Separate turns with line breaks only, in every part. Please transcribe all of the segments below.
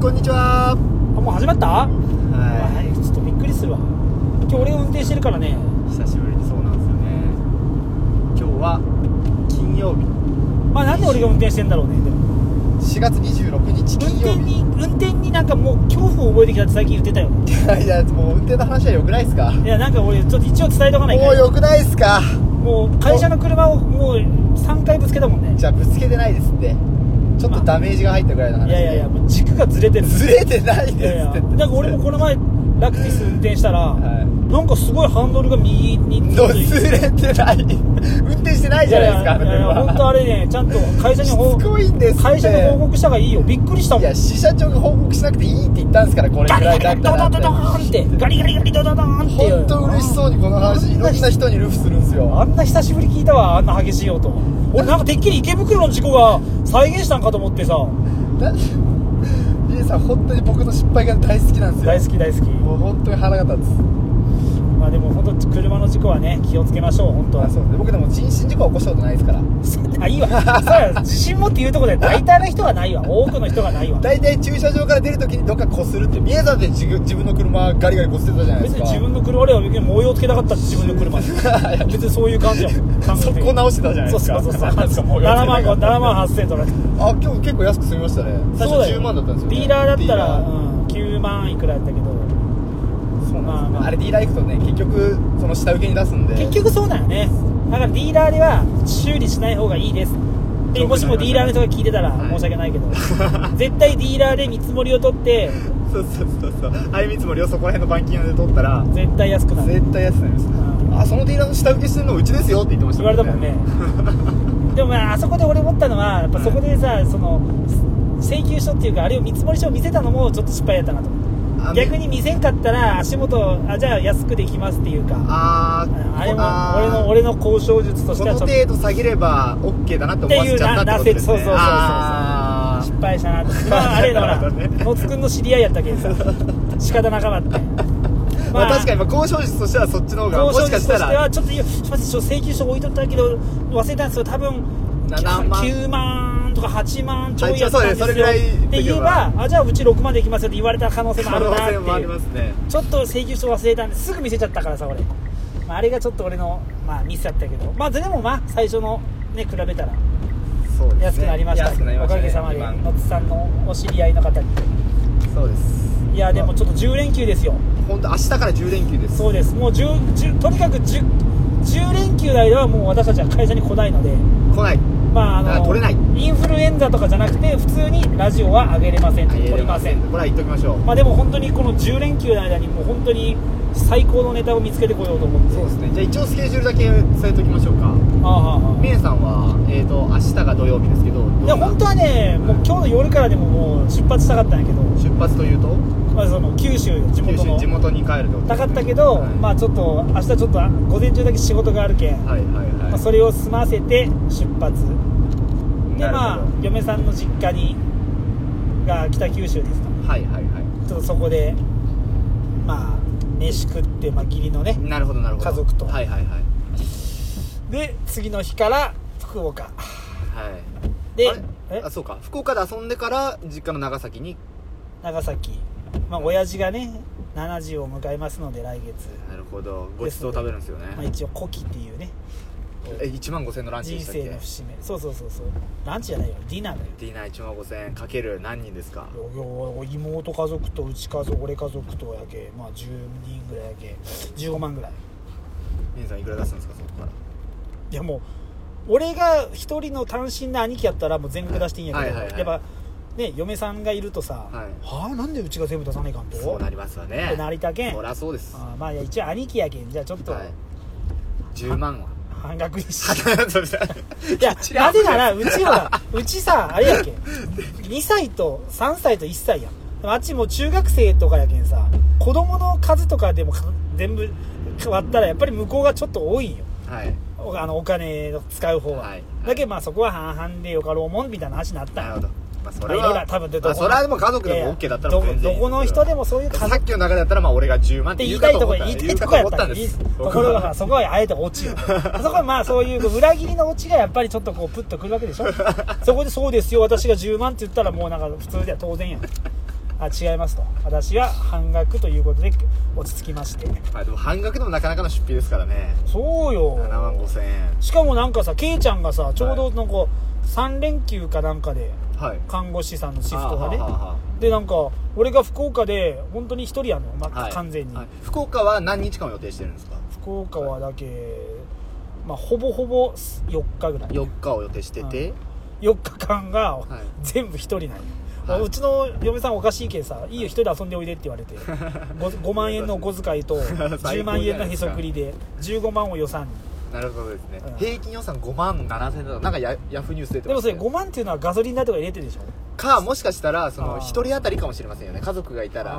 こんにちは
あもう始まった
は
はいちょっとびっくりするわ今日俺運転してるからね
い久しぶりにそうなんですよね今日は金曜日
まあなんで俺が運転してんだろうねでも
4月26日
運
金曜
転
日
に運転になんかもう恐怖を覚えてきたって最近言ってたよね
い やいやもう運転の話はよくないですか
いやなんか俺ちょっと一応伝えとかない
も
か
う
ら
よくないですか
もう会社の車をもう3回ぶつけたもんね
じゃあぶつけてないですってちょっとダメージが入ったぐらいの話
い
で
やいやいやもう軸がずれてる
ずれてない
いやい
で
や
すって
なんか俺もこの前ラクティス運転したら、
は
なんかすごいハンドルが右に
いど ずれてない運転してないじゃないですかあの
やいやいや本当あれねちゃんと会社に
車
報
しつこいんですって
会社に報告した方がいいよびっくりしたも
い
ん
や支社長が報告しなくていいって言ったんですからこれ
ガ
ぐ
リ
ら
ガ
い
リ
だ
ガ
っ
リ
たらって
ドドドドーンってガリガリガリドドドーンっていう
本当嬉しそうにこの話いろんな人にルフするんです
あ
よ
んな久しぶり聞いたわあんな激しい音俺なんかてっきり池袋の事故が再現したんかと思ってさ
だリエさん本当に僕の失敗が大好きなんですよ
大好き大好き
もう本当に腹が立つ
まあでも本当車の事故はね気をつけましょう本当
あそうですね僕でも人身事故は起こしたことないですから
あいいわそうや自信持って言うとこで大体の人がないわ多くの人がないわ
大体駐車場から出るときにどっかこするってリエさんで自自分の車ガリガリこすってたじゃないで
別
す
に
か
自分の車俺は別に模様つけたかったって自分の車で別にそういう感じやもん
そこ直してたじゃないですか
そうそうそうそう
模様つけ
7
なか
万
った
7万8000取られた
あ今日結構安く済みましたね最初10万だったんですよ、ね、
ディーラーだっ
デ
た
ィ
ら、
ラー
うん、9万いくらやったけど
そうなんですよ
まあまあ
あれディーラー行くとね結局その下請けに出すんで
結局そうだよねだからディーラーでは修理しない方がいいですでもしもディーラーの人が聞いてたら
はい
申し訳ない けど絶対ディーラーで見積もりを取って
そうそうそうそうあい見積もりをそこら辺の板金屋で取ったら
絶対安くなる
絶対安くなりますあそのディーラーの下請けしてるのうちですよって言ってました
言われたもんねでもまああそこで俺思ったのはやっぱそこでさその請求書っていうかあれを見積もり書を見せたのもちょっと失敗やったなと
あ
逆に見せんかったら足元あじゃあ安くできますっていうか
あー
あれ
あー
も俺の俺の交渉術とし
こ
ては
の
ちょっと
程度下げれば OK だなって思わせちゃったってことですね
っていうななせそうそうそうそう
あ
失敗したなとまああれだ
なる
ほら
ほどね
野津君の知り合いやったけんさ仕方なかったって
ー まあ確かにまあ交渉術としてはそっちの方がも
交
し
渉
か
とし
した
ては
ら
ちょっといやすいませんちょっと請求書置いとったけど忘れたんですよ多分
7万
9万とか8万ちょいやったんですよ
はいちょそうですそれぐらい
って言えばあじゃあうち6万でいきますよって言われた可能性もあ
可
る
能
なってい
性
う
もありますね
ちょっと請求書忘れたんですぐ見せちゃったからさ俺、まあ、あれがちょっと俺の、まあ、ミスだったけどまあでもまあ最初のね比べたら
そうですね
安くなりました,、
安くなりま
お
した
か
ね
げさまで
今
野津さんのお知り合いの方に
そうです
いやでもちょっと10連休ですよ
本当明日から10連休です
そうですもう10 10とにかく 10, 10連休の間はもう私たちは会社に来ないので
来ない
まああ
だから
の
取れない
インフルエンザとかじゃなくて普通にラジオは上げれません取りません
これは言っときましょう
まあでも本当にこの10連休の間にもう本当に最高のネタを見つけてこようと思って
そうですねじゃあ一応スケジュールだけ伝えておきましょうか
ああああああ
みえさんは、えー、と明日が土曜日ですけどどん
い
な
や本当はねもう今日の夜からでももう出発したかったんやけど、
出発というと
まあ、その九州地
九
元
州
の
地元に帰るってことですね
たかったけど、
はい
まあちょっと明日ちょっと午前中だけ仕事があるけん、
はいはいはい、
まあ、それを済ませて出発で
なるほど
まあ嫁さんの実家にが北九州ですか
はいはいは
ちょっとそこでまあ飯食って、まあ、義理のね
いなるほどなるほど
家族と
はいはいはい
で次の日から福岡
はい
で
あれ
え
あそうか福岡で遊んでから実家の長崎に
長崎まあ親父がね70を迎えますので来月
なるほどごちそう食べるんですよね
まあ、一応古希っていうね
え1万5000のランチで
人
したっけ
生の節目そうそうそうそうランチじゃないよディナーだよ
ディナー1万5000かける何人ですか
よよ妹家族とうち家族俺家族とやけまあ10人ぐらいやけ15万ぐらい
みえさんいくら出すんですかそこから
いやもう俺が一人の単身な兄貴やったらもう全額出していいんやけど、
はいはいはい
やっぱね嫁さんがいるとさ、
はい
あなんでうちが全部出さないかんと
そうなりますわね
なりたけん
そりゃそうです
あーまあいや一応兄貴やけんじゃあちょっと
はい10万 は
半額にし、
それだ
いや、
ちらほ
なぜ
ら
なら、うち は、うちさ、あれやけん。2歳と3歳と1歳やん。でもあっちもう中学生とかやけんさ、子供の数とかでもか全部割ったら、やっぱり向こうがちょっと多いんよ。
はい
おあのお金の使う方は。
はい
だけどまあそこは半々でよかろうもんみたいな話になった
な
ん
る
よ
ほど、まあ、そ
まあ
れ
いろい
は
ろ多分
まあそれはでも家族でも OK だったら
ど
全然いいですよ
どこの人でもそういう家
さ
族っ
っきの中だったらまあ俺が10万ってて
言
言う
い
かと
たいとこ
思っ
や
た
言いたい
言う
と
か
ことや
思っ
っ
たた
ん
ん
で
ですす
ところがそこはあえて落ちよそこはまあそういう裏切りの落ちがやっぱりちょっとこうプッとくるわけでしょそこでそうですよ私が10万って言ったらもうなんか普通では当然やんあ違いますと私は半額ということで落ち着きまして
まあでも半額でもなかなかの出費ですからね
そうよ
7万5000円
しかもなんかさケイちゃんがさちょうどなんか3連休かなんかで
はい
看護師さんのシフトがね
あはあはあはあ
でなんか俺が福岡で本当に一人やんの、ま
はい
完全に、
はい福岡は何日間を予定してるんですか
福岡はだけ、まあ、ほぼほぼ4日ぐらい
4日を予定してて、
4日間が
はい
全部一人なんよ、
はいう
ちの嫁さんおかしいけんさ「いいよ一人で遊んでおいで」って言わ れて 5, 万円のお小遣いと
最
10
高
万
じゃ
円
な
の
いで
へ
す
そ
か
くりで15万を予算に
なるほどですね、
うん
平均予算5万7千円だとなんかヤヤフーニュース出て
で
ま
も
す、
そ
ね、
れ5万っていうのはガソリン代とか入れてるでしょ
かもしかしたらその
あー
1人当たりかもしれませんよね家族がいたら
あー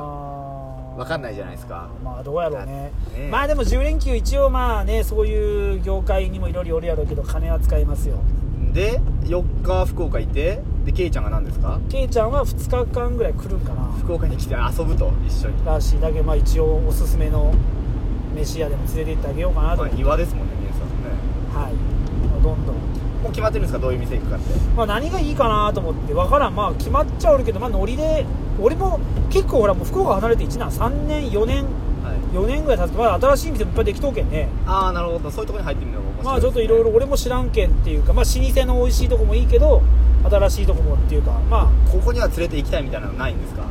わかんないじゃないですか
まあどうやろうね
ね
まあでも10連休一応まあねそういう業界にもいろいろおるやろうけど金は使いますよ
で4日福岡いてでケイちゃんが何ですか
ケイちゃんは2日間ぐらい来るんかな
福岡に来て遊ぶと一緒に、
らしいだけどまあ一応おすすめの飯屋でも連れて行ってあげようかなと
ま
思
あ、
って、
庭ですもんね皆さんね
はいどんどん
もう決まってるんですかどういう店行くかって
まあ、何がいいかなと思って分からんまあ決まっちゃおるけどまあノリで俺も結構ほらもう福岡離れて1年3年4年
はい
4年ぐらい経つまだ新しい店もいっぱいできとうけんね
ああなるほどそういうところに入ってみるのも面
ま
白
あ
い
ち
で
ょっ
す
と
ね
いろいろ俺も知らんけんっていうかまあ老舗の美味しいとこもいいけど新しいとこもっていうかま
ここには連れて行きたいみたいなのないんですか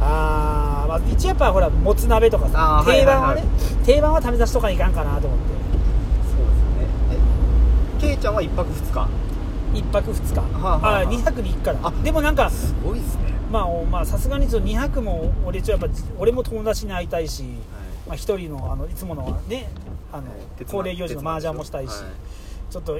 ああーまあ一応やっぱほらもつ鍋とか
あ
さ
ーはい
定
はい
番
は
はいね定番は食べさしとかにいかんかなと思って
そうですねえケイちゃんは1泊2日
一泊二日、
はあはあはあ
あ二泊三日だ
あ
でもなんか
すごいですね
まあおまあさすがにその2泊も俺ちょっとやっぱ俺も友達に会いたいし、まあ、一人のあのいつものねあの恒例行事の麻雀もしたいし、ちょっと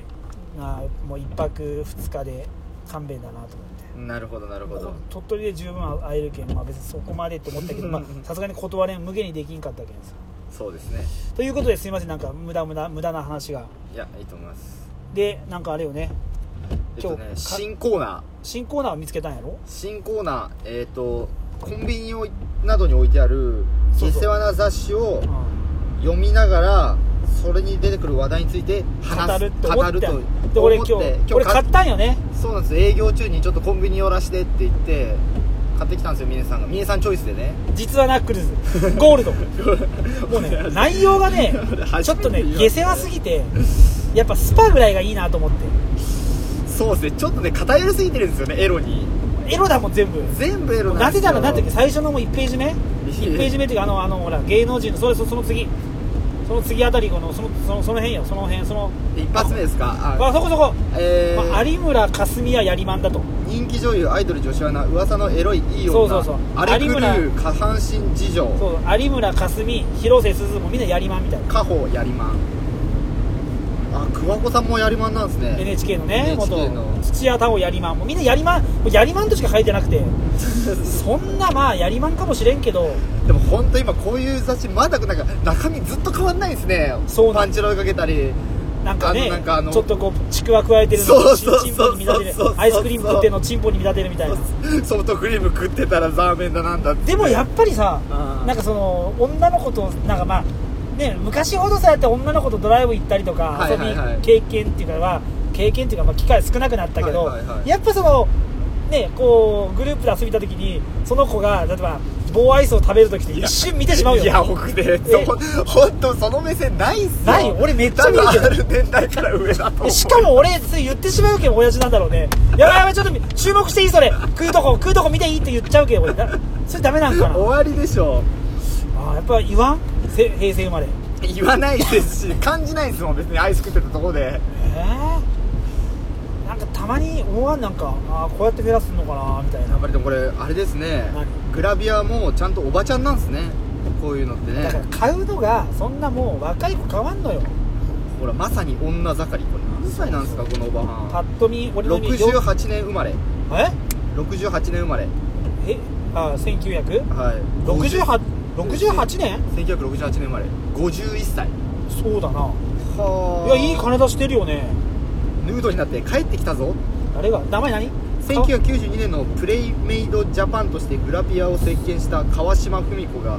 あもう一泊二日で勘弁だなと思って。
なるほどなるほど
鳥取で十分会えるけん、まあ、別にそこまでと思ったけどまあさすがに断れん無限にできんかったけんさ
そうですね
ということですいませんなんか無駄無駄無駄な話が
いやいいと思います
でなんかあれよね
えっとね
今日か
新コーナー
新コーナーを見つけたんやろ
新コーナーえっ、とコンビニをなどに置いてある
そう
下
そう
世話な雑誌を
うん
読みながらそれに出てくる話題について話
語
す
るって思って
語ると
で俺
思
今
っ
日
て
俺
か
買ったんよね
そうなんです営業中にちょっとコンビニ寄らしてって言って買ってきたんですよ峰さんが峰さんチョイスでね
実はナックルズゴー ルドもうね内容がねちょっとね下世話すぎてやっぱスパぐらいがいいなと思って
そうですねちょっとね偏りすぎてるんですよねエロに
エロだもん全部
全部エロな
なん
で
ぜ
すよ
ならなんだっけ最初のもう1ページ目1ページ目っていうかあのあのほら芸能人のそれそその次その次あたりこのそのそのその辺よその辺その
一発目ですか
あそこそこ、
えー
まあ、有村架純はやりまんだと
人気女優アイドル女子アナ噂のエロいいい女
そうそうそう
荒れ狂
有
う下半身事情
そう有村架純広瀬すずもみんなやりまんみたいな
家宝やりまんあ桑子さんもやりまんなんですね
NHK のね
NHK
元
の
土屋太鳳やりまんもうみんなやりまんもうやりまんとしか書いてなくてそんなまあやりまんかもしれんけど
でも本当今こういう雑誌まだなんか中身ずっと変わんないですね
そうな
パ
ん
ンチロイかけたり
なんか
あ
ね
のなんかあの
ちょっとこうちくわ加えてるの
そう
を
そう
チンポに見立て
そうそうそう
るアイスクリーム食ってんのをチンポに見立てるみたいな
ソフトクリーム食ってたらザーメンだなんだって
でもやっぱりさ
うん
なんかその女の子となんかまあね昔ほどさやって女の子とドライブ行ったりとか
はい
遊
はい
び
はい
経験っていうかは経験っていうかまあ機会少なくなったけど
はいはいはい
やっぱそのねこうグループで遊びた時にその子が例えば棒アイスを食べる時って一瞬見てしまうよ
い
ね
や僕ねそ
え
本当その目線ないっすよ
ない俺めっちゃ見るけ
多
ど
分ある年代から上だ と思う
しかも俺つい言ってしまうけん親父なんだろうねやばいやばいちょっとみ注目していいそれ食うとこ食うとこ見ていいって言っちゃうけん俺だそれダメなんかな
終わりでしょ
あーやっぱ言わんせ平成生まれ
言わないですし感じないですもん別にアイス食ってたとこで
えーなんかたまに思わんなんかあーこうやって減らすのかなみたい
や
な
っぱりでもこれあれですね
何
グラビアもちゃんとおばちゃんなんですねこういうのって
だから
ね
買うのがそんなもう若い子買わんのよ
ほらまさに女盛りこれ何歳なんですかこのおば
パ
はん
ッと見俺の見よ
68年生まれ
え
68年生まれ
えあー
はい
1968年
1968年生まれ51歳
そうだな
はい
やいい金出してるよね
ヌードになって帰ってきたぞ
誰が名前何
1992年のプレイメイドジャパンとしてグラビアを席巻した川島文子が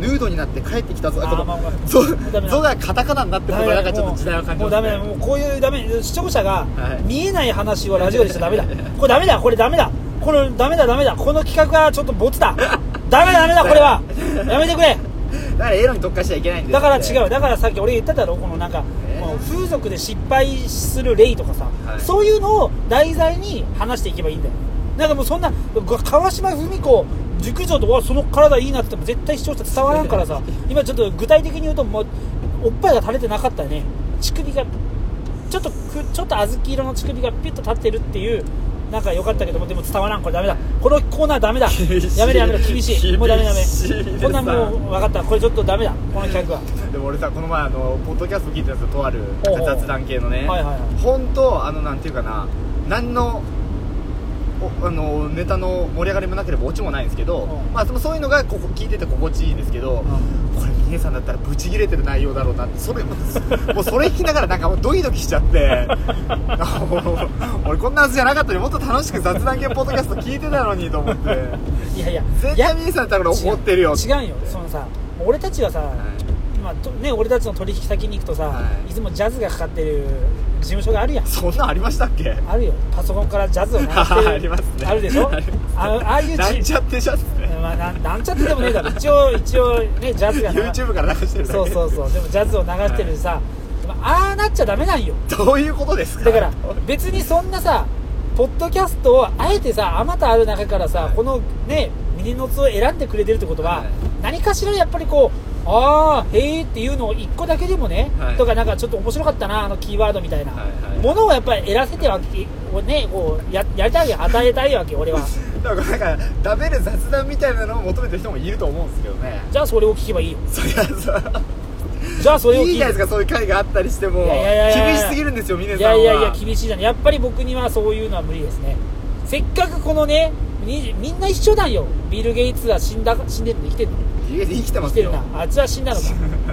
ヌードになって帰ってきたぞ
あー
この
まあまあ
ゾ
ダメだ
ゾがカタカナになってることがなんかちょっと時代を感じ
も
ます
うダ
ね
メだもうこういうダメ視聴者が
はい
見えない話をラジオでしちゃダメだこれダメだこれダメだこれダメだダメだこの企画はちょっとボツだダメだダメだこれはやめてくれ
だからエロに特化しちゃいけないんです
だ
よ
から違うだからさっき俺言っただろこのなんか、
えー
もう風俗で失敗する例とかさ、
はい
そういうのを題材に話していけばいいんだよなんかもうそんなご川島文子熟女とわその体いいなって言っても絶対視聴者伝わらんか らさ今ちょっと具体的に言うともうおっぱいが垂れてなかったね乳首がちょっとくちょっと小豆色の乳首がピュッと立ってるっていうなんか良かったけどもでも伝わらんこれダメだこのコーナーダメだ
厳しい
やめろやめろ厳しいもうダメダメ
厳しいです
こんなんもう分かったこれちょっとダメだこの企画は
でも俺さこの前あのポッドキャスト聞いたやつとある
おうおう
雑談系のね
はいはいはい
本当あのなんていうかな何のおあのネタの盛り上がりもなければオチもないんですけど、
うん
まあ、そのそういうのがここ聞いてて心地いいですけど、これ峰さんだったらブチギレてる内容だろうなってそれもうそれ 聞きながらなんかもうドキドキしちゃって あもう俺こんなはずじゃなかったのにもっと楽しく雑談系ポッドキャスト聞いてたのにと思って
いやいや
絶
いや
対峰さんだったら俺怒ってるよ
違う違うよそのさ俺たちはさ、
はい
まあとね、俺たちの取引先に行くとさ、
はい
い、つもジャズがかかってる事務所があるやん
そんなんありましたっけ
あるよパソコンからジ ャズを流してる
ありますね
あるでしょ
あります
あああいう
なんち
ち
ゃってシャツね
まあ、なんなんちゃってでもねえだろ一応一応ねジャズが流
YouTube から流してるだけ
そうそうそうでもジャズを流してるさ、まあああなっちゃダメなんよ
どういうことですか
だから別にそんなさポッドキャストをあえてさあまたある中からさ、
はい
このねミニノツを選んでくれてるってことは、
はい
何かしらやっぱりこうああへえっていうのを1個だけでもね、
はい
とかなんかちょっと面白かったなあのキーワードみたいな、
はいはい
ものをやっぱり得らせてはをねこうややりたいわけ与えたいわけ 俺は
だからなんか食べる雑談みたいなのを求めてる人もいると思うんですけどね
じゃあそれを聞けばいいよ
そりゃさ
じゃあそれを聞
いいじゃない
い
ですかそういう会があったりしても
いやいやいやいや
厳しすぎるんですよ峰
い
さん
や
はい
やいや厳しいじゃんやっぱり僕にはそういうのは無理ですねせっかくこのねにみんな一緒だよビル・ゲイツは死んだ死んでるの生きてるの
家で生きてま
生き
す
てる
よ
なあいつは死ん だのか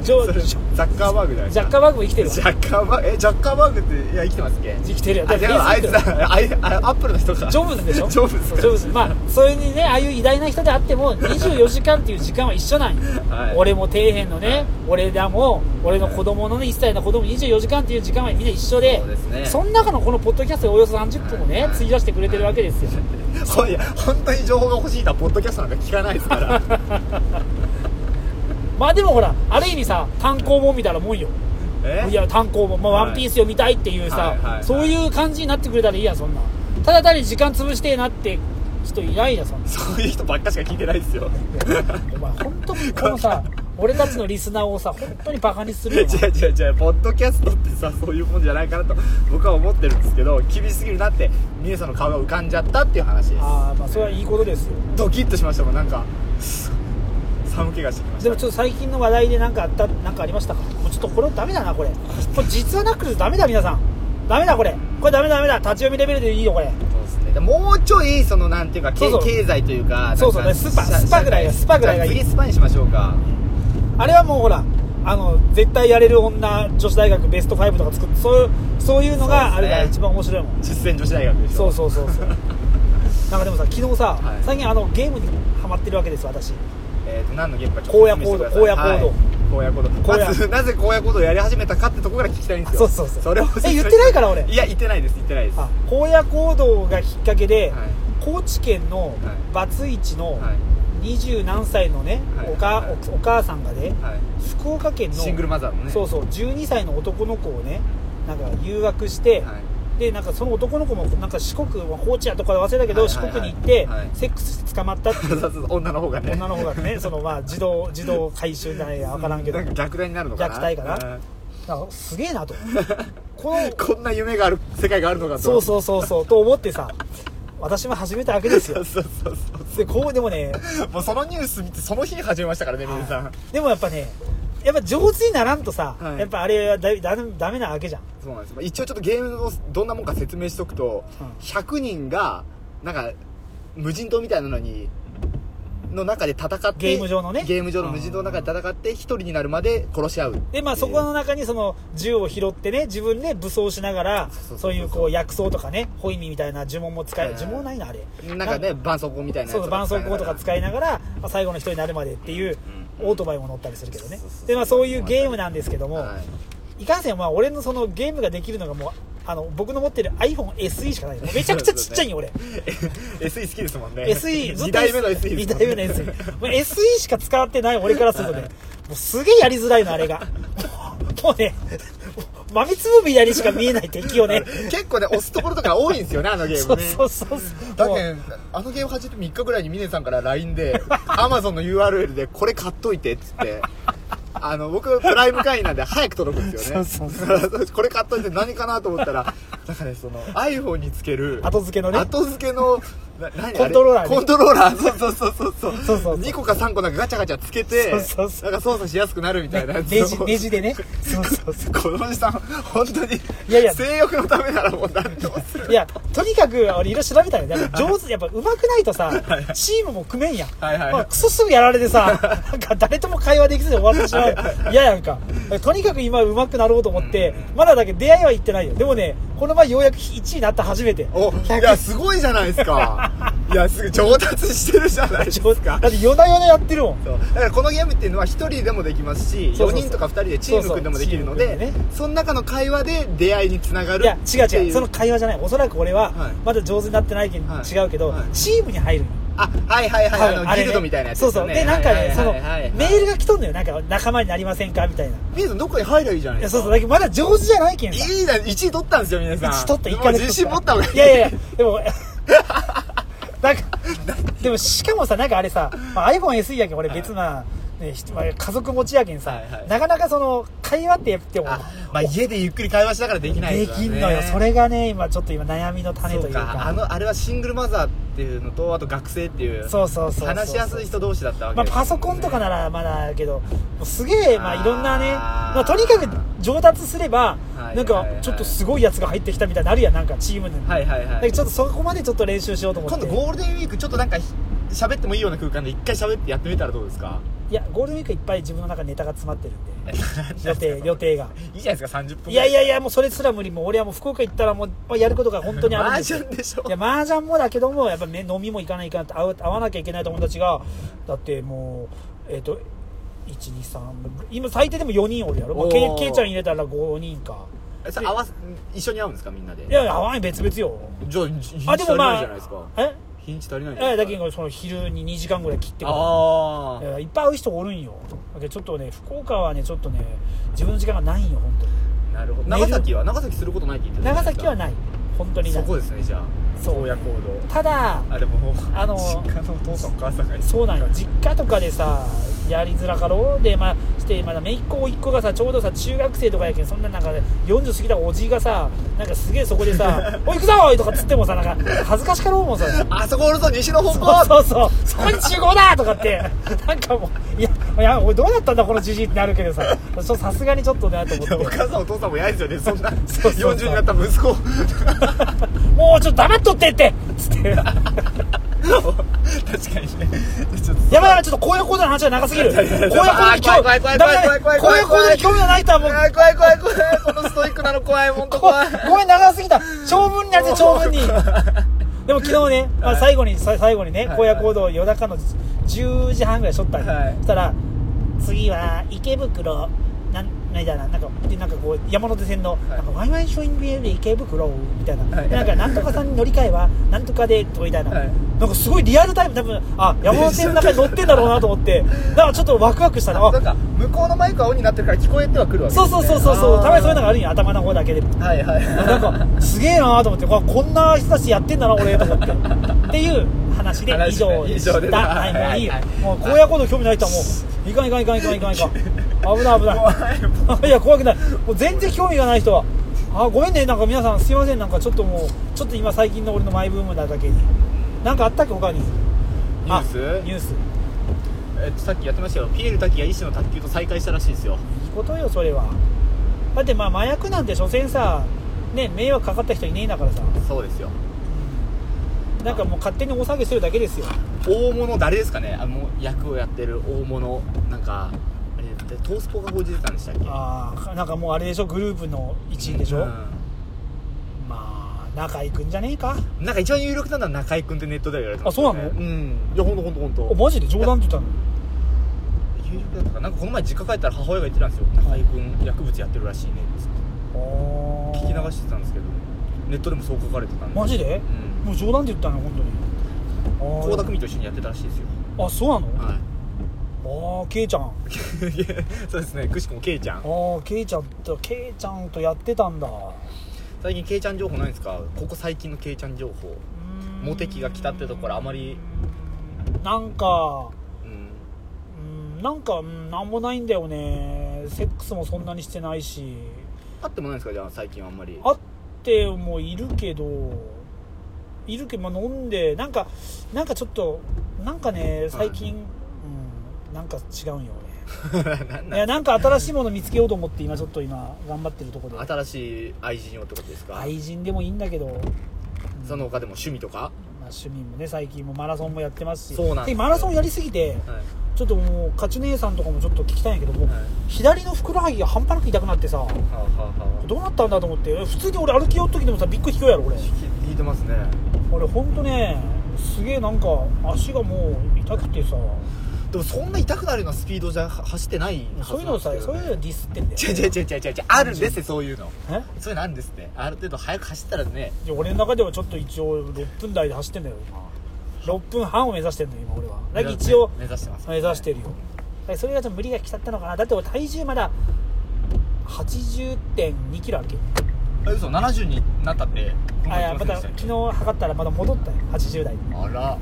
ジョ
それ
ージ
ザッカーバーグじゃないです
ジ
か
ャッカーバーグも生きてるわ
ジャッカーバーグえジャッカーバーグっていや生きてますっけ
生きてるよ
あ
だ
違
か
う
ら
あ
生
い
き
つ
てる
だあいあアップルの人か
ジョブズでし ょ
ジョブズ
そうジョブズまあそれにねああいう偉大な人であっても24時間っていう時間は一緒なんよ、
はい
俺も底辺のね俺らも俺の子供のね1歳の子供24時間っていう時間はみんな一緒で
そうですね
その中のこのポッドキャストでおよそ30分をね、
はい
費やしてくれてるわけですよ
そういや本当に情報が欲しいとはポッドキャストなんか聞かないですから
まあでもほらある意味さ単行本みたいなもんよ
え
いや単行本、まあ
はい
ワンピース読みたいっていうさ、
はいはいはい
そういう感じになってくれたらいいやんそんなんただ単に時間潰してえなって人いないやんそん な
そういう人ばっかしか聞いてないですよ
お前本当にこのさ俺たちのリスナーをさ本当にバカにする
違う
よな
違う違うポッドキャストってさそういうもんじゃないかなと僕は思ってるんですけど厳しすぎるなって峰さんの顔が浮かんじゃったっていう話です
ああまあそれはいいことですよ
ドキッとしましたもんなんかす寒気がしてきまし
で
た
もちょっと最近の話題で何かあったなんかありましたかもうちょっとこれダメだなこれこれ実はナックルズダメだ皆さんダメだこれこれダメだダメだ立ち読みレベルでいいよこれ
そうですねでもうちょいそのなんていうかけ
そうそう
経済というか
そうそう
なんか
ねスパ
社
スパぐらいが
社会
スパぐらいがいい
じゃあ次スパにしましょうか
あれはもうほらあの絶対やれる女女子大学ベスト5とか作ってそういうそういうのが
そ
あ
うで
れ
すね
が一番面白いもん
実践女子大学でしょ
そうそうそ うそうなんかでもさ昨日さ、
はい
最近あのゲームにハマってるわけです私
えー、と何の現場
荒野行動
荒
荒野行動
動荒野行動
荒野
まずなぜ荒野行動をやり始めたかってとこから聞きたいんですよ
あそうそうそう
それを
え言ってないから俺
いや言ってないです言ってないです
あ荒野行動がきっかけで、
はい
高知県の
い
バツイチの
はい
二十何歳のね、
はい
おか
はい
おお母さんがね
はい
福岡県の
シングルマザーのね
そうそう12歳の男の子をねなんか誘惑して、
はい
でなんかその男の子もなんか四国まあ高知やとか忘れたけど、
はいはいはい
四国に行って、
はい
セックスして捕まったっていう
そうそうそう女の方がね
女の子がね そのまあ児童児童回収じゃないや分からんけど
なんか虐待になるのかな
虐待かな
うん
なんかすげえ なとこの
こんな夢がある世界があるのかと
そうそうそうそうと思ってさ私も始めたわけです
そう
よ
そうそうそう
でこうでもね
もうそのニュース見てその日始めましたからね皆さん
でもやっぱねやっぱ上手にならんとさ、
はい
やっぱあれはだだダメなわけじゃん
そうなんですまあ一応ちょっとゲームをどんなもんか説明しとくと、
うん
100人がなんか無人島みたいなのにの中で戦って
ゲーム上のね
ゲーム上の無人島の中で戦って一人になるまで殺し合う
でまあそこの中にその銃を拾ってね自分で武装しながら
そうそうそう
そういうこう薬草とかねホイミみたいな呪文も使え
う
る
ん
呪文ないなあれ
なんかね絆創膏みたいなやつ
そうそう絆創膏とか使いながらまあ最後の人になるまでっていうオートバイも乗ったりするけど
そ
ね
うそうそう
でまあそういうゲームなんですけども、
はい
いかんせんまあ俺のそのゲームができるのがもうあの僕の持ってる iPhoneSE しかないのめちゃくちゃちっちゃいよ俺
SE 好きですもんね
SE
2代目の SE
2代目の SE もう SE しか使ってない俺からするとねもうすげえやりづらいのあれがもうもうね豆粒みたいにしか見えない 敵をね
結構ね押すところとか多いんですよねあのゲー
そ
ム
う
ね
そうそうそう
だ
も
け
う
どあのゲーム始めて3日ぐらいにミネさんから LINE で Amazon の URL でこれ買っといてっつってあの僕プライム会員なんで早く届くんですよね
そう そ
これ買っといて何かなと思ったらなんかねその iPhone につける
後付けのね
後付けのな何あれ
コントローラーね
コントローラーそうそうそうそう
そうそうそう
2個か3個なんかガチャガチャつけて
そうそうそう
なんか操作しやすくなるみたいなやつを
ネジネジでねそうそうそう
このおじさん本当に
いやいや
性欲のためならもう何でも する
いやとにかく俺いろいろ調べたのよやっぱ上手やっぱ上手くないとさチームも組めんやん、
はいはい
まあクソすぐやられてさなんか誰とも会話できずに終わってしまう嫌やんかとにかく今上手くなろうと思ってまだだけど出会いは行ってないよでもねこの前ようやく1位になった初めて
おいやすごいじゃないです かいやすぐ上達してるじゃないです
上手だ
か
って夜な夜なやってるもん
そうだからこのゲームっていうのは1人でもできますし
そうそう
4人とか2人でチーム組んでもできるの
そうそうチーム
で
組んで
その中の会話で出会いにつながる
いや違う
って
違
いう
その会話じゃないおそらく俺は
はい
まだ上手になってないけん、
はい
違うけど、
はい
チームに入るの
あはいはいはいあ
多分
のギ
れね
ルドみたいなやつ
そう
です
そ
よ
う
ね
でなんかねそのメール
が
が来とんのよなんか仲間になりませんかみたいな
ミネさんどこに入ればいいじゃない
い
で
や
す
そう
か
そうだけどまだ上手じゃないけんさ
いいな1位取ったんですよ皆さん
一取った一
もう
回で
自信持った方がいい
いやいやいやでも なんかでもしかもさなんかあれさ、まあ、iPhoneSE やけん俺別な、ねひまあ家族持ちやけんさ、
はいはい
なかなかその会話ってやっても
あまあ家でゆっくり会話しながらできない
で
から
き
ね
んのよそれがね今ちょっと今悩みの種と
そ
いううか
かあのあれはシングルマザーっていうのとあと学生っていう
そうそうそうそう
話しやすい人同士だったわけ
まあ、
ですよね
パソコンとかならまだけどもうすげえまあいろんなね
あー
まあ、とにかく上達すれば
はい
なん
は
か
いはい
ちょっとすごいやつが入ってきたみたいになるやんなんかチームに、
はいはい
だ
は
け
い
どちょっとそこまでちょっと練習しようと思って
今度ゴールデンウィークちょっとなんかひ喋ってもいいような空間で一回喋ってやってみたらどうですか
いやゴールデンウィークいっぱい自分の中にネタが詰まってる んで予定予定が
いいじゃないですか30分
いやい
や
やいやもうそれすら無理もう俺はもう福岡行ったらもうもうやることが本当にあるん
マー
です
ジ
よ
ャンでしょ
いや麻雀もだけどもやっぱ、ね、飲みも行かないかなって会う会わなきゃいけない友達がだってもうえっ、と123今最低でも4人おるやろ、まあ、
おー
けけいちゃん入れたら5人か
えそれ合わせ一緒に会うんですかみんなで
いやいや会わない別々よ
じゃあ日にち
あ
足
で
り
も
な
ま
いじゃ
あ
ないですか
え
日にち足りないじゃないで
えだ
すか
けどその昼に2時間ぐらい切ってから
あ
い
あ
やいっぱい会う人おるんよだけどちょっとね福岡はねちょっとね自分の時間がないんよ本当に
なるほど長崎は長崎することないって言ってた
長崎はいない本当にな
そ
い
こですねじゃあ
そう
親行動
ただ
あでも
あの
実家のお父さんお母さんがい
そうなんよ実家とかでさやりづらかろうでまあしてまだ姪っ子甥っ子がさちょうどさ中学生とかやけんそんななんか40過ぎたおじいがさなんかすげえそこで さ「おい行くぞ!」とかつってもさなんか恥ずかしかろうもんさ
あそこおるぞ西の 方
そう
向
そうそうそこに集合だとかってなんかもういやいや俺どうだったんだこのじじいってなるけどさちょっとさすがにちょっとなと思
いやお
って
母さんお父さんも嫌ですよねそんな
そうそう
40になった息子を
もうちょっと黙っとってってつってやば
確かにねちょっと
いやばいちょっと荒野行動の話は長すぎる荒野行動に興
怖い怖
味
い
ダ
怖い
メだ
怖
ね
い怖い
荒野行動に興味がないとはもう
怖い怖い怖い怖いこのストイックなの怖い本当
ご
怖い
ごめん長すぎた長文になって長 文にでも昨日ね、まあ、最後にさ最後にね
はい
荒野行動を夜中の10時半ぐらいしょったんよ
はい
そしたら次は池袋なんなんだななんかでなんかこう山手線の、なんかワイワイショイングエリア池袋みたいな、
はい
でなんかなんとかさんに乗り換えはなんとかでとかみたいな、
はい
なんかすごいリアルタイム多分あ山手線の中に乗ってんだろうなと思ってだからちょっとワクワクしたなあ
なんか向こうのマイクはオンになってるから聞こえてはくるわけ
そうそうそうそうそうたまにそういうのがあ
る
るんや頭の方だけで
はい はい
なんかすげえなと思ってわこんな人たちやってんだな俺と思ってっていう話で以上でした
話ね以上です
はいもういいよ
はいはい
もう荒野行動興味ない人はもういかんいかんいかんいかんいかんいかん危ない危
怖
ない
もう
いいや怖くないもう全然興味がない人はあごめんねなんか皆さんすいませんなんかちょっともうちょっと今最近の俺のマイブームなだけになんかあったっけ他に
ニュース
あニュースいい
えっとさっきやってましたよピエール滝が医師の卓球と再会したらしいですよ
ことよそれはだってまあ麻薬なんて所詮さね迷惑かかった人いねえんだからさ
そうですよ
なんかもう勝手に大騒ぎするだけですよ
大物誰ですかねあの役をやってる大物なんかあれでトースポが報じてたんでしたっけ
ああなんかもうあれでしょグループの1位でしょ、
うん
まあ仲いくんじゃねえか
なんか一番有力なのは中居君ってネットでは言われてますよね
あそうな
うんいやほんとほんとほんと
おマジで冗談って言ったの
有力だったかななんかこの前実家帰ったら母親が言ってたんですよ中居君薬物やってるらしいねっつって
おー
聞き流流してたんですけどネットでもそう書かれてたんで
マジで
うん
もう冗談で言ったの本当に
倖田來未と一緒にやってたらしいですよ
あーあそうなの
はい
ああケイちゃんあ
い やそうですねくしくもケイちゃん
あケイちゃんとケイちゃんとやってたんだ
最近ケイちゃん情報ないんですかここ最近のケイちゃん情報モテ期が来たってところあまり
なんか
うん
うんなんかうんなんもないんだよねセックスもそんなにしてないし
あってもないんですかじゃあ最近あんまり
あってもいるけどいるけど、まあ、飲んでなんかなんかちょっとなんかね最近、うんなんか違うんよね
なん
い
なん
やなんか新しいもの見つけようと思って今ちょっと今頑張ってるところで
新しい愛人をってことですか、
愛人でもいいんだけど
その他でも趣味とか、
まあ、趣味もね最近もマラソンもやってますし
そうなんですよ
マラソンやりすぎて
はい
ちょっともう勝ち姉さんとかもちょっと聞きたいんやけども、
はい
左のふくらはぎが半端なく痛くなってさ
はあ、はあは
どうなったんだと思って普通に俺歩きよう時でもさびっくり聞こえやろ俺
あ、聞き聞いてますね
俺ほんとねすげえなんか足がもう痛くてさ
でもそんな痛くなるようなスピードじゃは走ってないはず
そういうのさそういうのディスってんだよ
違う違う違う違う違うあるんですよそういうの
え
そういうのあるんですってある程度早く走ったらね
いや俺の中ではちょっと一応6分台で走ってんだよ今6分半を目指してんだよ今俺はだけど一応
目指してます、
目指してるよだからそれがちょっと無理がきちゃったのかなだって俺体重まだ80.2キロあるけど
あ嘘70になったってこの
あ
前
いやま
言って
た
せんで
昨
し
日
たっ
測ったらまだ戻ったよ80代
けあら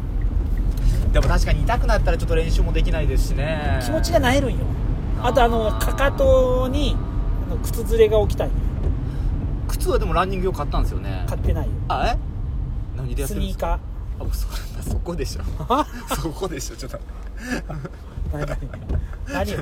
でも確かに痛くなったらちょっと練習もできないですしね
気持ちがなえるんよあとあの
あー
かかとにあの靴ずれが起きたんよ
靴はでもランニング用買ったんですよね
買ってないよ
あえ何でやっ
ス
てるんで
ニ
す
ー
か
カ
あもうそ そこでしょ
ーは
そこでしょちょっと
何何何よ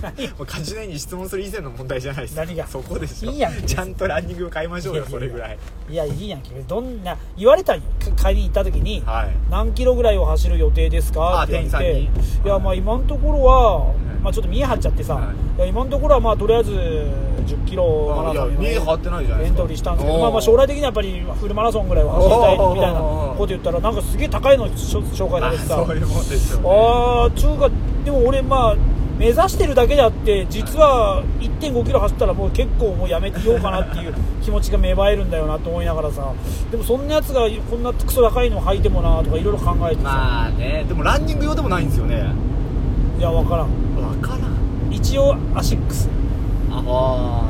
何よ
もうカジネに質問する以前の問題じゃないです
何が
そこでしょ
いいやん別に
ちゃんとランニングを買いましょうよ
いやい
そ
や
れ
いや
ぐらい
いやいいやんけどんな言われたんよか買いに行った時に
はい
何キロぐらいを走る予定ですか
あ
って言われて
店員さんに
いやまあ今のところは、
い
まあ、ちょっと見え張っちゃってさ、
はい
い、や今のところはまあとりあえず1 0キロマ
あ
ラ
いや
ソンに
見え張ってないじゃないで
エ
す
ン
か
トリーしたんですけど、
おー
まあ、まあ将来的にはやっぱりフルマラソンぐらいは走りたい
おー
みたいなこと言ったらなんかすげえ高いの紹紹介されて
あ
さ
そういうもんですよ、ね、
ああ中華でも俺まあ目指してるだけであって実は1 5キロ走ったらもう結構もうやめてようかなっていう気持ちが芽生えるんだよなと思いながらさでもそんなやつがこんなクソ高いの履いてもなとかいろいろ考えてさ、
まあねでもランニング用でもないんですよね
いや分からん
わからん
一応アシックス
ああ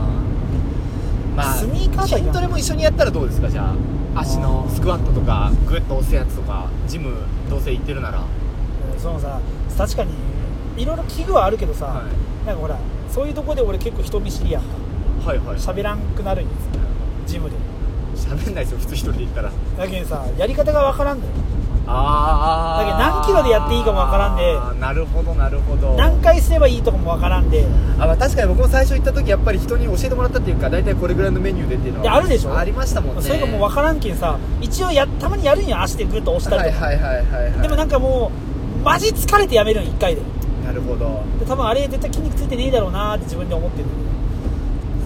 まあ
スニーカーだよ
筋トレも一緒にやったらどうですかじゃあ足のスクワットとかグッと押すやつとかジムどうせ行ってるなら
そのさ確かにいろいろ器具はあるけどさ、
は
なんかほらそういうとこで俺結構人見知りやんか
はいはい
喋らんくなるんですジムで
喋んないですよ普通一人で行ったら
だけどさやり方が分からんのよ
ああ
だけど何キロでやっていいかもわからんで
なるほどなるほど
何回すればいいとかも分からんで
あ、まあ、確かに僕も最初行った時やっぱり人に教えてもらったっていうか大体これぐらいのメニューでっていうの
で
は
あるでしょ
ありましたもんね
それがもう分からんけんさ一応やたまにやるんや足でグッと押した
はい
りとか、
はいはいはい、はい、
でもなんかもうマジ疲れてやめるん1回で
なるほど
で多分あれ絶対筋肉ついてねえだろうなーって自分で思ってる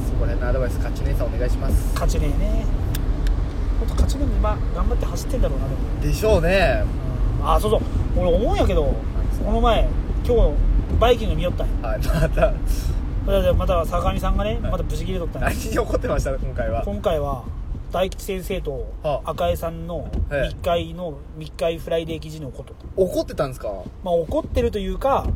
そこら辺のアドバイスカッチ姉さんお願いします
勝ちねえねほんと勝ちねえも今頑張って走ってんだろうなでも
でしょうね
あそうそう俺思うんやけどこの前今日バイキング見よったんや
はいまた
それでまた坂上さんがねまたブチ切れとったんや
何に怒ってました今回は
今回は大吉先生と
はあ
赤江さんの
ええ
密会の密会フライデー記事のこと
怒ってたんですかは
まあ、怒ってるというか、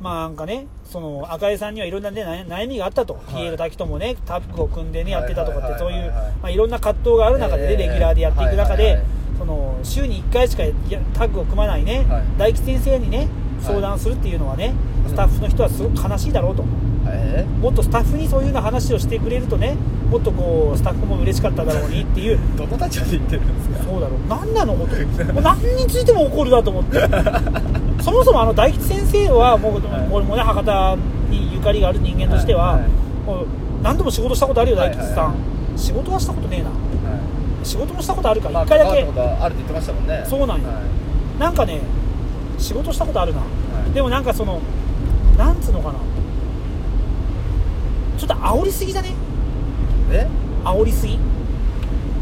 まあなんかね、その赤江さんにはいろんな、ね、悩悩みがあったと、ピエール滝ともね、タッグを組んでね、やってたとかって、
は
そ
いうはいはい
い、
うはい
まあ、いろんな葛藤がある中でね、
ええ
レギュラーでやっていく中で、
はいはいはい
その週に1回しかやタッグを組まないね、
はい
大吉先生にね、相談するっていうのはね、
い
スタッフの人はすごく悲しいだろうと。
え
もっとスタッフにそういうような話をしてくれるとね、もっとこうスタッフも嬉しかっただろうにっていう、
どの立場で言ってるんですか
そうだろう何なのこともう何についても怒るなと思ってそもそもあの大吉先生はもう、
はい
俺もね博多にゆかりがある人間としては、
はいはい
もう何度も仕事したことあるよ大吉さん、
はいはい
仕事はしたことねえな
は
仕事もしたことあるか
いまあ
ら一回
関わったこ
だけ
とはあるって言ってましたもんね
そうなんよ
はい
なんかね仕事したことあるな、
い
でもなんかそのなんつうのかなちょっと煽りすぎだね
え
煽りすぎ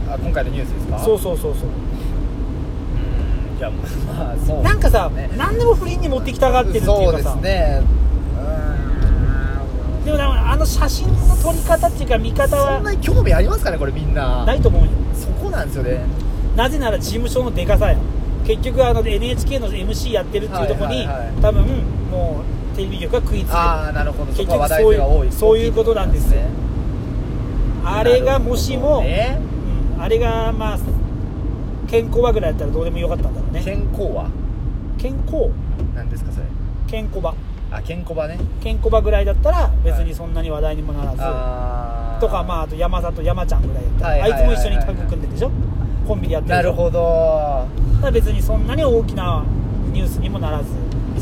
あ今回のニュースですか
そうそうそうそう
うんいやまあそう
なんかさ、
ね
何でも不倫に持ってきたがってるっていうかさ
そうですねうーん
でもなんかあの写真の撮り方っていうか見方
そんな
は
に興味ありますかねこれみんな
ないと思うよ
そこなんですよね
なぜなら事務所のでかさや結局あの NHK の MC やってるっていうところに、
はいはいはい
多分もうテレビ局が食いついてる
ああなるほどそ
結
こは
局
話
そ
題性
ういう
が多い
そういうことなんですねあれがもしも、
なるほどね
うんあれがまあ健康場ぐらいだったらどうでもよかったんだろうね
健康は
健康
何ですかそれ
健康場
あ健康場ね
健康場ぐらいだったら別にそんなに話題にもならず、
ああ
とかまああと山里山ちゃんぐらいだったら、
はいはいはいはい
あいつも一緒にタッグ組んでるでしょコンビでやってる
なる
ど
ほど
だから別にそんなに大きなニュースにもならず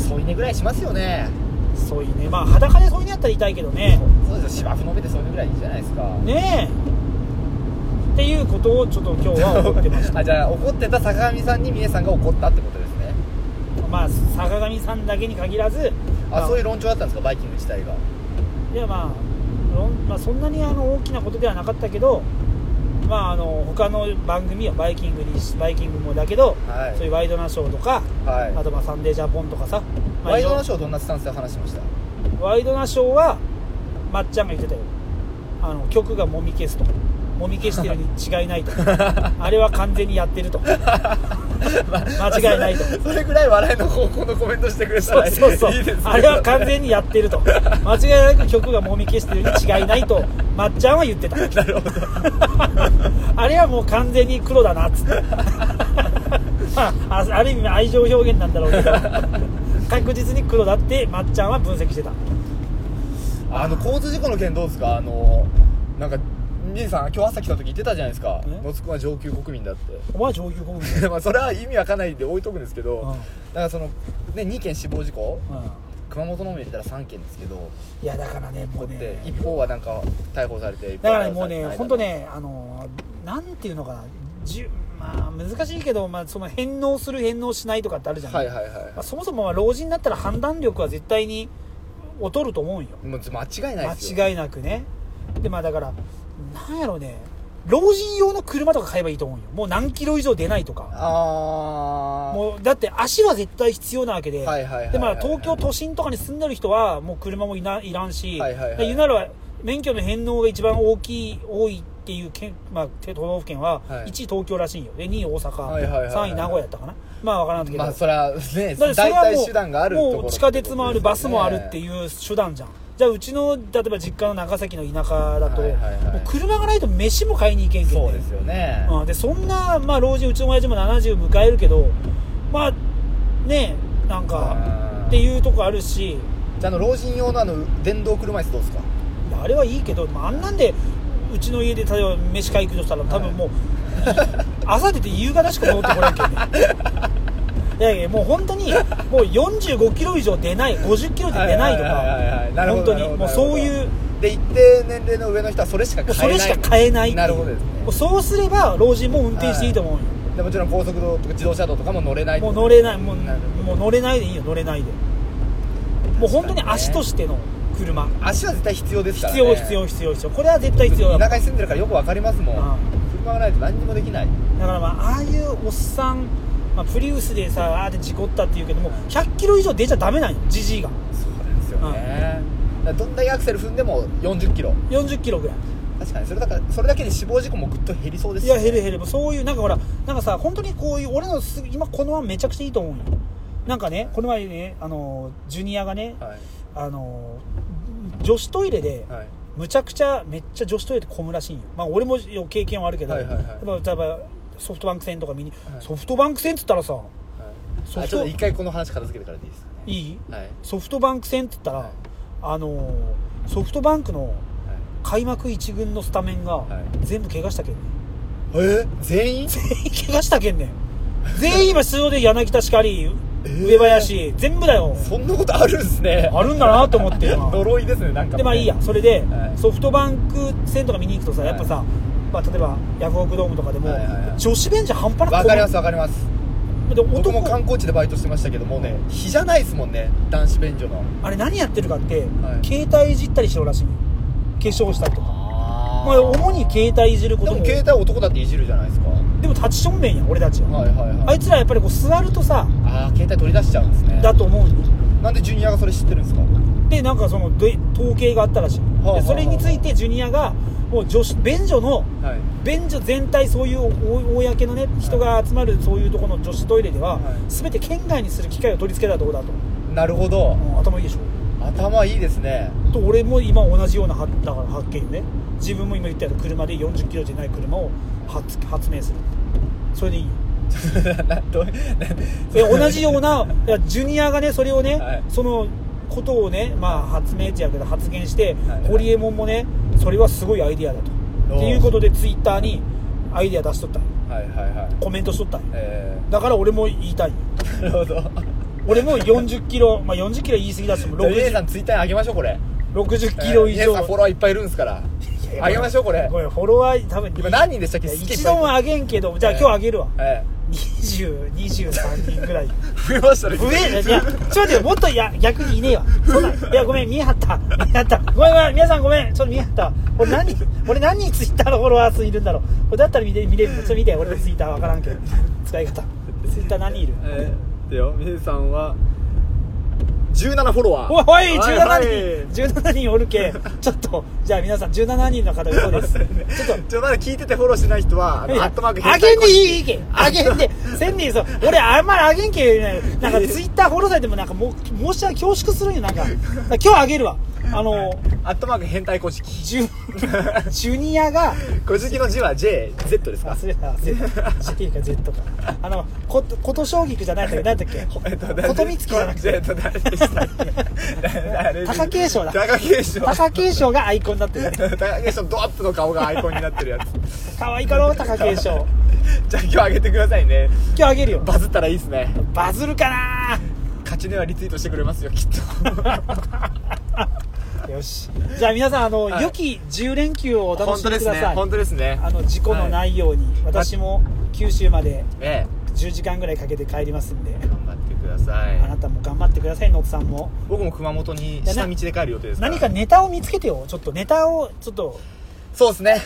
添い寝ぐらいしますよね
そういうねまあ裸でそういうのやったら痛いけどね
そうですよ芝生の上で添い寝ぐらいいいじゃないですか
ねえっていうことをちょっと今日は思ってまし た
あじゃあ怒ってた坂上さんに峰さんが怒ったってことですね
まあ坂上さんだけに限らずま
あそういう論調だったんですかバイキング自体が
いやまあろんまあそんなにあの大きなことではなかったけどまああの他の番組はバイキングにしバイキングもだけど、
はい
そういうワイドナショーとか、
はい
あとまあサンデージャポンとかさ、まあ
ワイドナ
い
ショーどんなスタンスで話しました
ろワイドナショーはまっちゃんが言ってたよあの曲がもみ消すともみ消し てるに違いないとあれは完全にやってると間違いない
ま
と
あ それそれぐらい笑いの方向のコメントしてくれた
そう
ら
そうそう
いいですね
あれは完全にやってると間違いなく曲がもみ消してるに違いないとまっちゃんは言ってた
なるほど
あれはもう完全に黒だなっつってまあある意味愛情表現なんだろうけど確実に黒だってまっちゃんは分析してた
あの交通事故の件どうですかあのなんか兄さん今日朝来た時言ってたじゃないですか
え
野津君は上級国民だっ
お前は上級国民だ
てまあそれは意味わかんないんで置いとくんですけど、
うん
だからその、ね、2件死亡事故
うん
熊本のみ入れたら3件ですけど
いやだからねもう
で
ね
一方はなんか逮捕されて
だからねもうね
一方は逮捕されて
本当ねあのなんていうのかなじゅまあ難しいけど、まあ、その返納する返納しないとかってあるじゃん、
はいはいはい
まあ、そもそもまあ老人だったら判断力は絶対に劣ると思うんよ
もう間違いないですよ
間違いなくねでまあだからなんやろね老人用の車とか買えばいいと思うよもう何キロ以上出ないとか
ああ
もうだって足は絶対必要なわけで、
はいはいはいはい
でまあ東京都心とかに住んでる人はもう車もいないらんし、
はいはいはい
で言うなら免許の返納が一番大きい多いっていう県、まあ、都道府県は
は
1
い
位東京らしいんよで2位大阪、
はいはいはいはい
3位名古屋だったかなまあ分からんけど、
まあそれはね
だっ
大
てそれはも
体
う
手段があるところ
もう地下鉄もあるバスもあるって
う
いう手段じゃんじゃあうちの例えば実家の長崎の田舎だと、
はいはいはい
もう車がないと飯も買いに行けんけんね
そうですよね
うん、でそんな、まあ、老人うちの親父も70迎えるけどまあねえなん
う
か
ん
っていうとこあるし
じゃああの老人用のあの電動車椅子どうですか
あれはいいけど、まあ、あんなんでうちの家で例えば飯買い行くとしたら多分もう、朝出て夕方しか戻ってこれ んけんねいやいやもう本当にもう45キロ以上出ない50キロで出ないと
ははいはいはいな
か
るほ
本
ど
当に
なるほど
もうそういう
なるほどで一定年齢の上の人はそれしか
もうそ
買えな
れ
い
しか買えないってい
な
う
るほどですね
もうそうすれば老人も運転していいと思うよ、
でもちろん高速道とか自動車道とかも乗れない
もう乗れないもう
なるほど
もう乗れないでいいよ乗れないでもう本当に足としての車
足は絶対必要ですから、
必
ね、
要必要必要必要これは絶対必要だもん
田舎に住んでるからよくわかりますもん、
うん
車がないと何にもできない
だからまあああいうおっさん、まあ、プリウスでさあーで事故ったっていうけども100キロ以上出ちゃダメなんよじじいが
そうなんですよね、だからどんだけアクセル踏んでも40キロ
40キロぐらい
確かにそれだからそれだけで死亡事故もぐっと減りそうです
い
よ
や
ね
減る減るもうそういうなんかほらなんかさ本当にこういう俺のすぐ今このままめちゃくちゃいいと思うよなんかねこの前ねあのジュニアがね
はい
あの女子トイレで
はい
むちゃくちゃめっちゃ女子トイレって混むらしいんよまあ俺もよ経験はあるけど、
はいはいはい
やっぱ例えばソフトバンク戦とか見に、
はい
ソフトバンク戦っつったらさソ
はい、あ
フ
ちょっ
ト
と一回この話片付けてからでいいですか
いい
ねはい、はい
ソフトバンク戦って言ったら、
はい
あのーソフトバンクの開幕1軍のスタメンが
い
全部怪我したけんね、
えー全員
怪我したけんね全員今出場で柳田しかり
ー
上林全部だよ
そんなことあるんですね
あるんだなと思っ て今
呪いですねなんかもうね
でまあいいやそれで、
はい
ソフトバンク戦とか見に行くとさ
はい
やっぱさ、まあ、例えばヤフオクドームとかでも、
はいはいはい
女子ベンチ半端なく
わかりますわかります
で
僕
男
も観光地でバイトしてましたけどもうね日じゃないですもんね男子便所の
あれ何やってるかって、
はい
携帯いじったりしろらしいの化粧したりとか、
あ
まあ、主に携帯いじるこ
で
と
も
も
携帯男だっていじるじゃないですかは
でも立ち正面やん俺たちは、
いはいは
あ
い
いつらやっぱりこう座るとさ
ああ携帯取り出しちゃうんですね
だと思うんよ
なんでジュニアがそれ知ってるんですか
でなんかそので統計があったらしい、
はあはあ
でそれについてジュニアがもう女子便所の
はい
便所全体そういうお公のね人が集まるそういうところの女子トイレでは、
はい
全て県外にする機会を取り付けたところだと、
なるほど
うん頭いいでしょ
頭いいですね
と俺も今同じようなはだから発見ね自分も今言ったような車で40キロじゃない車を発発明するそれでいい よ
などうな
え同じようないやジュニアがねそれをね、
はい
そのことをね、まあ、発明ってやけど発言して、
はい
ホリエモンもねそれはすごいアイディアだと
おー
っていうことでツイッターにアイディア出しとったんよ
はいはいはい
コメントしとったんよ
え
だから俺も言いたいよ
ー、なるほど
俺も40キロ、まあ、40キロ言い過ぎだしもう
リエさ
60,
んツイッターにあげましょうこれ
60キロ以
えーリエさん
上
フォロワーいっぱいいるんですから
いや
あげましょうこれ
これフォロワー多分
今何人でしたっけすっげえいっ
一
ぱいい
度
る
もあげんけどじゃあ今日あげるわ、
え
2023人 ぐらい
ー増えましたね
上いや、ちょっと待ってよ、もっといや逆にいねえわ。そうだ。いや、ごめん、見え張った。見え張った。ごめん、ごめん、皆さんごめん、ちょっと見え張った。俺何、俺何人ツイッターのフォロワー数いるんだろう。これだったら見れ見れるちょっと見て、俺のツイッターわからんけど。使い方。ツイッター何いる
えー、でよミネさんは17フォロワー
おい、おい、17人、
はい
17人お るけ。ちょっと、じゃあ皆さん、17人の方、そうです。ちょっと、
ちょまだ聞いててフォローしてない人はあのアットマーク
あ
変
げ
態
んでいいけあげんでせんでいいぞ俺あんまりあげんけなんかツイッターフォローされてもなんかもう申し訳恐縮するんよなんか今日あげるわあの
アットマーク変態古式
ジュジュニアが
古式の字は JZ ですか
忘れた Z か Z かあのこ琴将棋じゃないんだっけ何だっけ琴光希じゃなく
え
て
っと誰で したっけ
貴景勝だ
貴景勝
貴景勝がアイコンになってるね
貴景勝ドアップの顔がアイコンになってるやつ
可愛いかろう貴景勝
じゃあ今日あげてくださいね
今日あげるよ
バズったらいいですね
バズるかな
勝ち値はリツイートしてくれますよきっと
よしじゃあ皆さんあの、
はい
良き10連休をお楽
本
し
当
み
で
く
す
だ
ね
さい、
本当ですね
あの事故のないように、私も九州まで
ええ
10時間ぐらいかけて帰りますんで、
頑張ってくださ
あ
い
なたも頑張ってください、ノットさんも。
僕も熊本に下道で帰る予定ですから
何かネタを見つけてよ、ちょっとネタを、ちょっと、
そうですね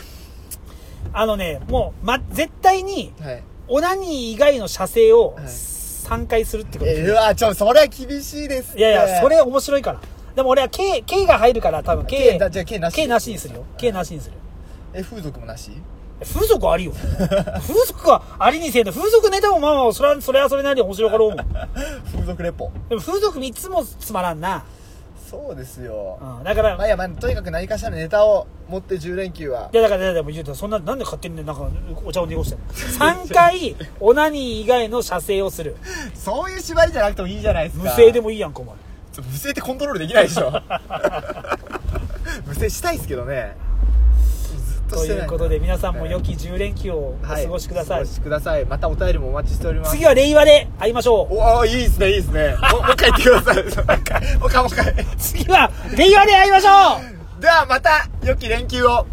あのね、もう、ま、絶対に、
はい
オナニー以外の射精を
はい
3回するってこと、
えうわちょそれは厳しいですって
いやいや、それ面白いから。でも俺は K、K が入るから、多分 K
刑だじゃあ刑なし
K なしにするよ。K なしにする。
え風俗もなし
風俗ありよ。風俗はありにせんと、風俗ネタもまあまあ、それは、それはそれなりに面白かろうもん。
風俗レポ
でも風俗3つもつまらんな。
そうですよ
うん、だから、
まあいやまあとにかく何かしらのネタを持って10連休はい
やだから、いやでも言うと、そんな、なんで勝手になんか、お茶を濁してんの ?3 回、オナニー以外の射精をする。
そういう縛りじゃなくてもいいじゃないですか
無声でもいいやんか、お前。
ちょ無声ってコントロールできないでし ょ無声したいですけど ねずっと
と
して
い
ないう
ことで、皆さんも良き10連休をお過ごしくださ
お
い。
過ごしくださいまたお便りもお待ちしております
次は令和で会いましょう。
おあいいですねいいですねもうもう一回言ってくださいもう一回もう一回もう一回
次は令和で会いましょう
ではまた良き連休を